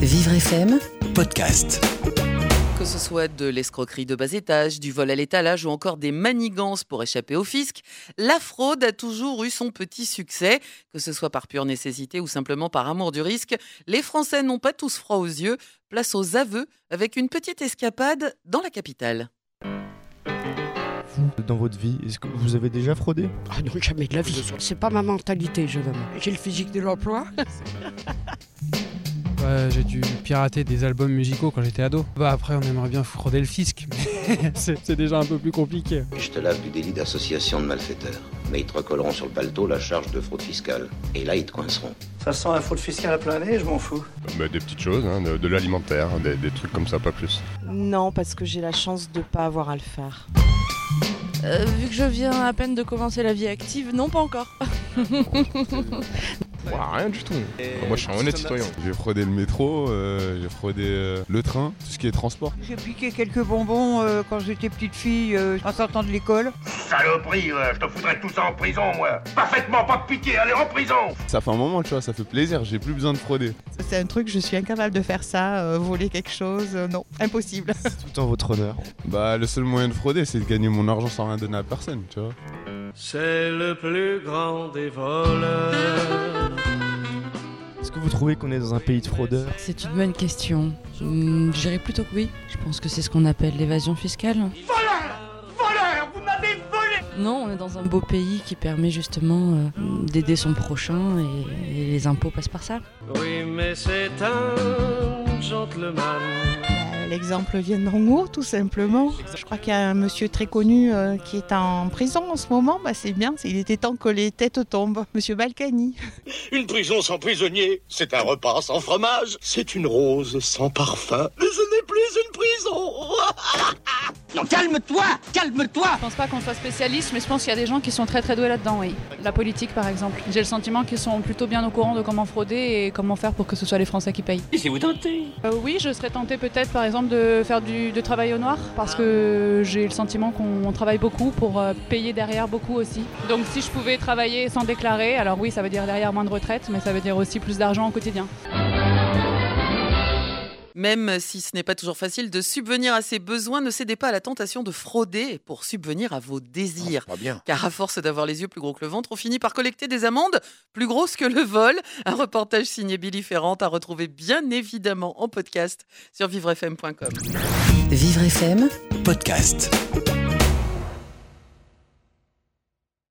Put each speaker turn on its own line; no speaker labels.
Vivre FM,
podcast.
Que ce soit de l'escroquerie de bas étage, du vol à l'étalage ou encore des manigances pour échapper au fisc, la fraude a toujours eu son petit succès. Que ce soit par pure nécessité ou simplement par amour du risque, les Français n'ont pas tous froid aux yeux. Place aux aveux avec une petite escapade dans la capitale.
Vous, dans votre vie, est-ce que vous avez déjà fraudé
Ah non, jamais de la vie. C'est pas ma mentalité, jeune homme. J'ai le physique de l'emploi.
Ouais, j'ai dû pirater des albums musicaux quand j'étais ado. Bah après on aimerait bien frauder le fisc, mais c'est c'est déjà un peu plus compliqué.
Je te lave du délit d'association de malfaiteurs. Mais ils te recolleront sur le paletot la charge de fraude fiscale. Et là, ils te coinceront.
Ça sent la fraude fiscale à plein nez, je m'en fous.
Bah, des petites choses, hein, de, de l'alimentaire, des, des trucs comme ça, pas plus.
Non, parce que j'ai la chance de pas avoir à le faire.
Euh, vu que je viens à peine de commencer la vie active, non, pas encore.
Bah, rien du tout. Moi je suis un honnête citoyen.
J'ai fraudé le métro, euh, j'ai fraudé euh, le train, tout ce qui est transport.
J'ai piqué quelques bonbons euh, quand j'étais petite fille euh, en sortant de l'école.
Saloperie, euh, je te foutrais tout ça en prison, moi. Parfaitement, pas de pitié, allez en prison.
Ça fait un moment, tu vois, ça fait plaisir, j'ai plus besoin de frauder.
C'est un truc, je suis incapable de faire ça, euh, voler quelque chose, euh, non, impossible.
C'est tout en votre honneur.
Bah, le seul moyen de frauder, c'est de gagner mon argent sans rien donner à personne, tu vois.
C'est le plus grand des voleurs.
Est-ce que vous trouvez qu'on est dans un pays de fraudeurs
C'est une bonne question. Hmm, je dirais plutôt que oui. Je pense que c'est ce qu'on appelle l'évasion fiscale.
Voleur Voleur, vous m'avez volé
Non, on est dans un beau pays qui permet justement euh, d'aider son prochain et, et les impôts passent par ça.
Oui, mais c'est un gentleman.
Euh, L'exemple vient de Rango, tout simplement. Je crois qu'il y a un monsieur très connu euh, qui est en prison en ce moment. Bah, c'est bien, c'est- il était temps que les têtes tombent. Monsieur Balkany.
Une prison sans prisonnier, c'est un repas sans fromage, c'est une rose sans parfum. Mais ce n'est plus une prison Non, calme-toi Calme-toi
Je pense pas qu'on soit spécialiste, mais je pense qu'il y a des gens qui sont très très doués là-dedans, oui. La politique par exemple. J'ai le sentiment qu'ils sont plutôt bien au courant de comment frauder et comment faire pour que ce soit les Français qui payent.
Et si vous tentez
Euh, oui, je serais tentée peut-être par exemple de faire du de travail au noir, parce que j'ai le sentiment qu'on travaille beaucoup pour euh, payer derrière beaucoup aussi. Donc si je pouvais travailler sans déclarer, alors oui, ça veut dire derrière moins de retraite, mais ça veut dire aussi plus d'argent au quotidien.
Même si ce n'est pas toujours facile de subvenir à ses besoins, ne cédez pas à la tentation de frauder pour subvenir à vos désirs.
Pas bien.
Car à force d'avoir les yeux plus gros que le ventre, on finit par collecter des amendes plus grosses que le vol. Un reportage signé Billy Ferrante à retrouver bien évidemment en podcast sur vivrefm.com.
Vivre FM,
Podcast.